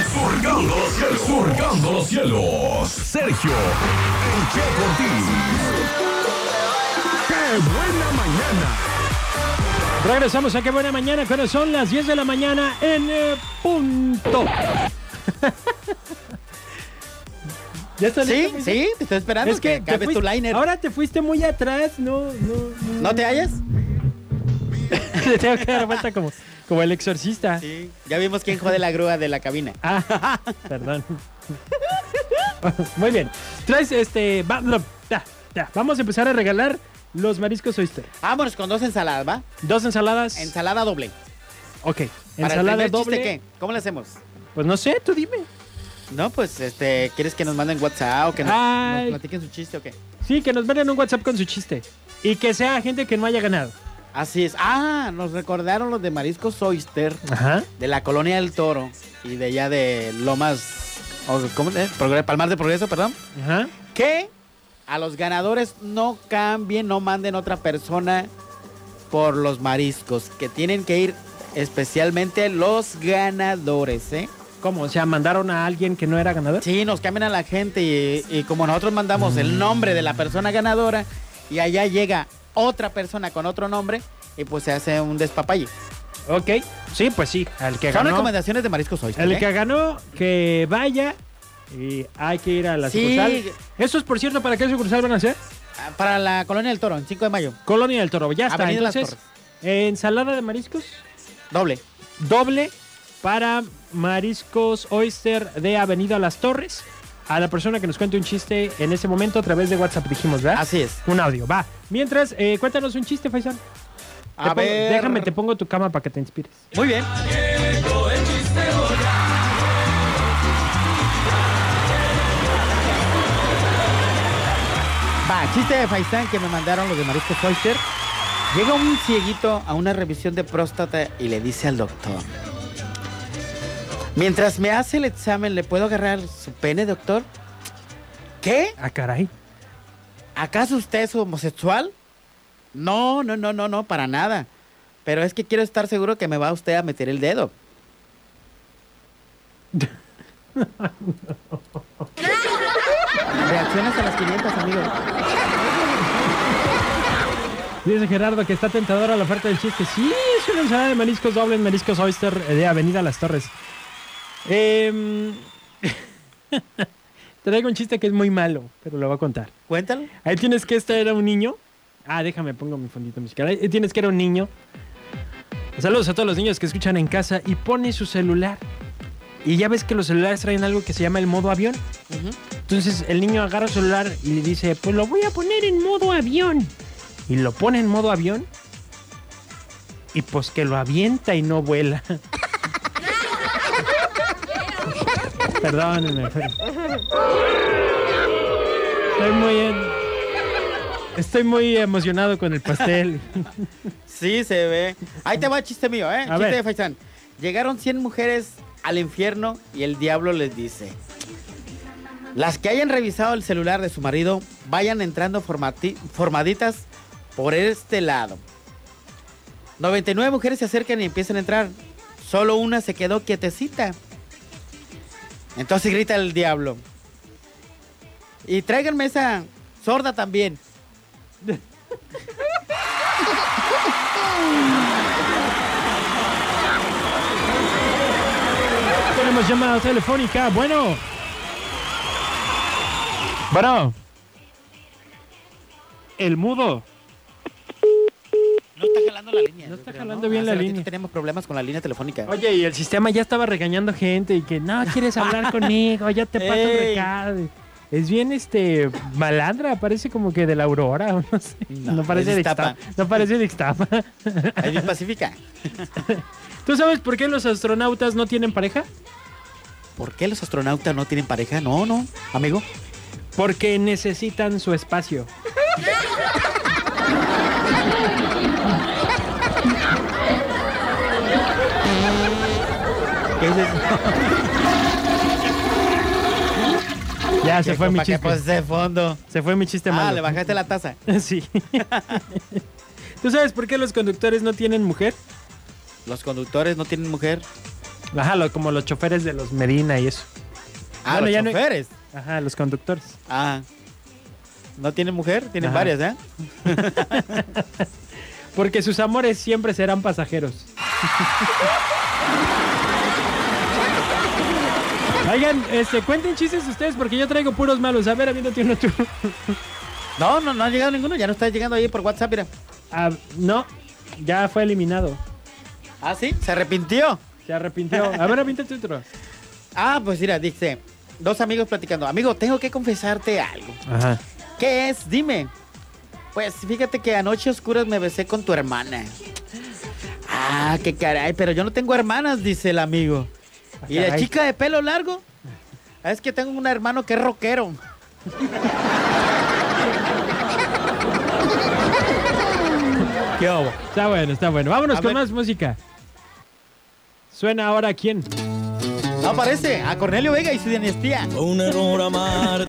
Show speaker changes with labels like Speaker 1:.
Speaker 1: Surcando los cielos. Surcando los cielos. Sergio, el Che Ortiz. ¡Qué buena mañana!
Speaker 2: Regresamos a qué buena mañana, cuando son las 10 de la mañana en eh, punto. ¿Ya está
Speaker 3: Sí,
Speaker 2: listo, Mauricio?
Speaker 3: sí, te estoy esperando.
Speaker 2: Es que te
Speaker 3: acabes
Speaker 2: fuiste-
Speaker 3: tu liner.
Speaker 2: ahora te fuiste muy atrás, no, no,
Speaker 3: ¿No te hallas?
Speaker 2: no. Le tengo que dar vuelta como, como el exorcista.
Speaker 3: Sí. Ya vimos quién jode la grúa de la cabina.
Speaker 2: Ah, perdón. muy bien. Traes este. va- no, ya, ya. Vamos a empezar a regalar los mariscos oyster.
Speaker 3: Vámonos con dos ensaladas, ¿va?
Speaker 2: Dos ensaladas.
Speaker 3: Ensalada doble.
Speaker 2: ok.
Speaker 3: Para el
Speaker 2: Ensalada
Speaker 3: primer
Speaker 2: doble.
Speaker 3: chiste, ¿qué? ¿Cómo le hacemos?
Speaker 2: Pues no sé, tú dime.
Speaker 3: No, pues, este, ¿quieres que nos manden WhatsApp o que nos,
Speaker 2: Ay.
Speaker 3: nos platiquen su chiste o qué?
Speaker 2: Sí, que nos manden un WhatsApp con su chiste. Y que sea gente que no haya ganado.
Speaker 3: Así es. Ah, nos recordaron los de Mariscos Oyster
Speaker 2: Ajá.
Speaker 3: de la Colonia del Toro y de allá de Lomas... o ¿Cómo es? Progre- Palmar de Progreso, perdón.
Speaker 2: Ajá.
Speaker 3: que a los ganadores no cambien, no manden otra persona por los mariscos, que tienen que ir especialmente los ganadores, ¿eh?
Speaker 2: ¿Cómo? O sea, mandaron a alguien que no era ganador.
Speaker 3: Sí, nos cambian a la gente y, y como nosotros mandamos
Speaker 2: Mm.
Speaker 3: el nombre de la persona ganadora y allá llega otra persona con otro nombre y pues se hace un despapalle.
Speaker 2: Ok. Sí, pues sí. Al que
Speaker 3: Son
Speaker 2: ganó.
Speaker 3: recomendaciones ¿eh? de mariscos hoy.
Speaker 2: El que ganó, que vaya. Y hay que ir a la
Speaker 3: Sí.
Speaker 2: sucursal. Eso es, por cierto, ¿para qué sucursal van a ser?
Speaker 3: Ah, Para la Colonia del Toro, en 5 de mayo,
Speaker 2: Colonia del Toro. Ya está.
Speaker 3: Avenida Las
Speaker 2: Entonces, eh, ensalada de mariscos.
Speaker 3: doble.
Speaker 2: Doble para mariscos oyster de Avenida Las Torres. A la persona que nos cuente un chiste en ese momento a través de WhatsApp dijimos, ¿verdad?
Speaker 3: Así es.
Speaker 2: Un audio, va. Mientras, eh, cuéntanos un chiste, Faisal. Te
Speaker 3: A
Speaker 2: pongo-
Speaker 3: ver.
Speaker 2: Déjame, te pongo tu cama para que te inspires.
Speaker 3: Muy bien. Va, chiste de Faisán que me mandaron los de Marisco Foister. Llega un cieguito a una revisión de próstata y le dice al doctor. Mientras me hace el examen, ¿le puedo agarrar su pene, doctor? ¿Qué?
Speaker 2: Ah, caray.
Speaker 3: ¿Acaso usted es homosexual? No, no, no, no, no, para nada. Pero es que quiero estar seguro que me va usted a meter el dedo. Reacciones a las 500, amigo.
Speaker 2: Dice Gerardo que está tentadora la oferta del chiste. Sí, es una ensalada de mariscos doble en mariscos oyster eh, de Avenida Las Torres. Em, te traigo un chiste que es muy malo, pero lo voy a contar.
Speaker 3: Cuéntalo.
Speaker 2: Ahí tienes que este era un niño. Ah, déjame, pongo mi fondito musical. Ahí tienes que era un niño. Saludos a todos los niños que escuchan en casa y pone su celular. Y ya ves que los celulares traen algo que se llama el modo avión. Entonces el niño agarra su celular y le dice, pues lo voy a poner en modo avión. Y lo pone en modo avión. Y pues que lo avienta y no vuela. Perdónenme. pero- Estoy muy en- Estoy muy emocionado con el pastel.
Speaker 3: Sí, se ve. Ahí te va chiste mío, ¿eh?
Speaker 2: A
Speaker 3: chiste
Speaker 2: ver.
Speaker 3: de Faisán. Llegaron 100 mujeres al infierno y el diablo les dice: Las que hayan revisado el celular de su marido, vayan entrando formati- formaditas por este lado. 99 mujeres se acercan y empiezan a entrar. Solo una se quedó quietecita. Entonces grita el diablo: Y tráiganme esa sorda también.
Speaker 2: Tenemos llamada telefónica. Bueno. Bueno. El mudo.
Speaker 3: No está jalando la línea.
Speaker 2: No
Speaker 3: yo
Speaker 2: está
Speaker 3: creo, Ah,
Speaker 2: jalando bien
Speaker 3: Hace
Speaker 2: la
Speaker 3: ratito
Speaker 2: línea.
Speaker 3: Teníamos problemas con la línea telefónica.
Speaker 2: Oye, y el sistema ya estaba regañando gente y que no quieres hablar conmigo, ya te paso el
Speaker 3: Ey.
Speaker 2: recado. Es bien este malandra, parece como que de la Aurora, o no sé. No,
Speaker 3: No,
Speaker 2: parece
Speaker 3: es
Speaker 2: de
Speaker 3: Ixtapa.
Speaker 2: Ixtapa. No parece de Ixtapa.
Speaker 3: Ahí bien pacífica.
Speaker 2: ¿Tú sabes por qué los astronautas no tienen pareja?
Speaker 3: ¿Por qué los astronautas no tienen pareja? No, no, amigo.
Speaker 2: Porque necesitan su espacio.
Speaker 3: ¿Qué dices?
Speaker 2: Ya se fue mi
Speaker 3: Para Pues, que
Speaker 2: chiste.
Speaker 3: poses de fondo.
Speaker 2: Se fue mi chiste malo.
Speaker 3: Ah, le bajaste la taza.
Speaker 2: Sí. ¿Tú sabes por qué los conductores no tienen mujer?
Speaker 3: Los conductores no tienen mujer.
Speaker 2: Ajá, lo- como los choferes de los Medina y eso.
Speaker 3: Ah,
Speaker 2: Bueno,
Speaker 3: los
Speaker 2: ya no-
Speaker 3: choferes.
Speaker 2: Ajá, los conductores.
Speaker 3: Ah. ¿No tiene mujer? Tienen
Speaker 2: Ajá.
Speaker 3: varias, ¿eh?
Speaker 2: Porque sus amores siempre serán pasajeros. Oigan, este, cuenten chistes ustedes porque yo traigo puros malos. A ver, habiéndote uno tú.
Speaker 3: No, no, no ha llegado ninguno. Ya no está llegando ahí por WhatsApp, mira.
Speaker 2: Ah, no, ya fue eliminado.
Speaker 3: Ah, sí. Se arrepintió.
Speaker 2: Se arrepintió. A ver, aviéntate otro.
Speaker 3: Ah, pues mira, dice. Dos amigos platicando. Amigo, tengo que confesarte algo.
Speaker 2: Ajá.
Speaker 3: ¿Qué es? Dime. Pues fíjate que anoche a oscuras me besé con tu hermana. Ah, qué caray, pero yo no tengo hermanas, dice el amigo. ¿Y la
Speaker 2: caray.
Speaker 3: chica de pelo largo? Ah, Es que tengo un hermano que es rockero. ¿Qué hago?
Speaker 2: Está bueno, está bueno. Vámonos
Speaker 3: A
Speaker 2: con
Speaker 3: ver.
Speaker 2: más música. Suena ahora quién.
Speaker 3: No aparece a Cornelio Vega y su dinastía.
Speaker 4: Fue un error amar.